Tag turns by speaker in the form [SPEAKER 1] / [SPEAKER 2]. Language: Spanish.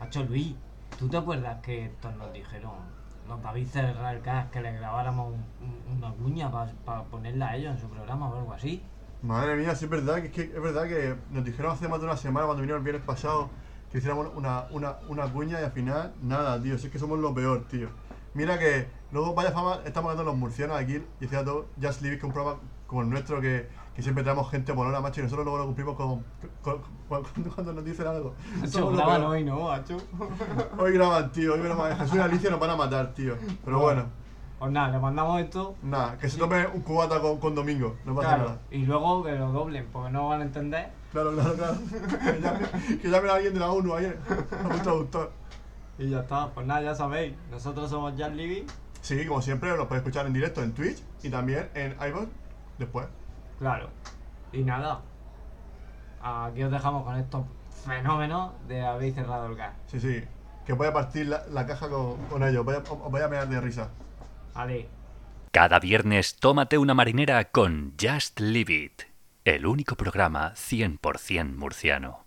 [SPEAKER 1] Nacho Luis, ¿tú te acuerdas que estos nos dijeron, los David Cerralcas, que le grabáramos un- un- una cuña para ponerla a ellos en su programa o algo así?
[SPEAKER 2] Madre mía, sí es verdad que, es que- es verdad que nos dijeron hace más de una semana cuando vinieron el viernes pasado que hiciéramos una, una, una cuña y al final nada, tío, si es que somos lo peor, tío. Mira que luego vaya fama estamos dando los murcianos aquí y decía todo Just Living que es un programa como el nuestro que, que siempre traemos gente molona, macho, y nosotros luego lo cumplimos con, con- con- cuando, cuando nos dicen algo.
[SPEAKER 1] Nacho,
[SPEAKER 2] Somos lo
[SPEAKER 1] Ah, graban
[SPEAKER 2] peor.
[SPEAKER 1] hoy, ¿no, Nacho?
[SPEAKER 2] Hoy graban, tío, hoy graban. Jesús y Alicia nos van a matar, tío. Pero bueno,
[SPEAKER 1] Pues nada, le mandamos esto.
[SPEAKER 2] nada, que se tome un cubata con, con Domingo, no pasa
[SPEAKER 1] Claro,
[SPEAKER 2] Pues nada.
[SPEAKER 1] y luego que lo doblen, porque no van a entender.
[SPEAKER 2] Claro, claro, claro. Que llame, que llame a alguien de la ONU ayer. A un traductor.
[SPEAKER 1] Y ya está, pues nada, ya sabéis, nosotros somos Jan Libby.
[SPEAKER 2] Sí, como siempre, los podéis escuchar en directo en Twitch y también en iVoox después.
[SPEAKER 1] Claro. Y nada, aquí os dejamos con estos fenómenos de habéis cerrado el gas.
[SPEAKER 2] Sí, sí. Que voy a partir la, la caja con, con ellos. Voy a- os voy a mear de risa.
[SPEAKER 1] Ale.
[SPEAKER 3] Cada viernes tómate una marinera con Just Leave It, el único programa 100% murciano.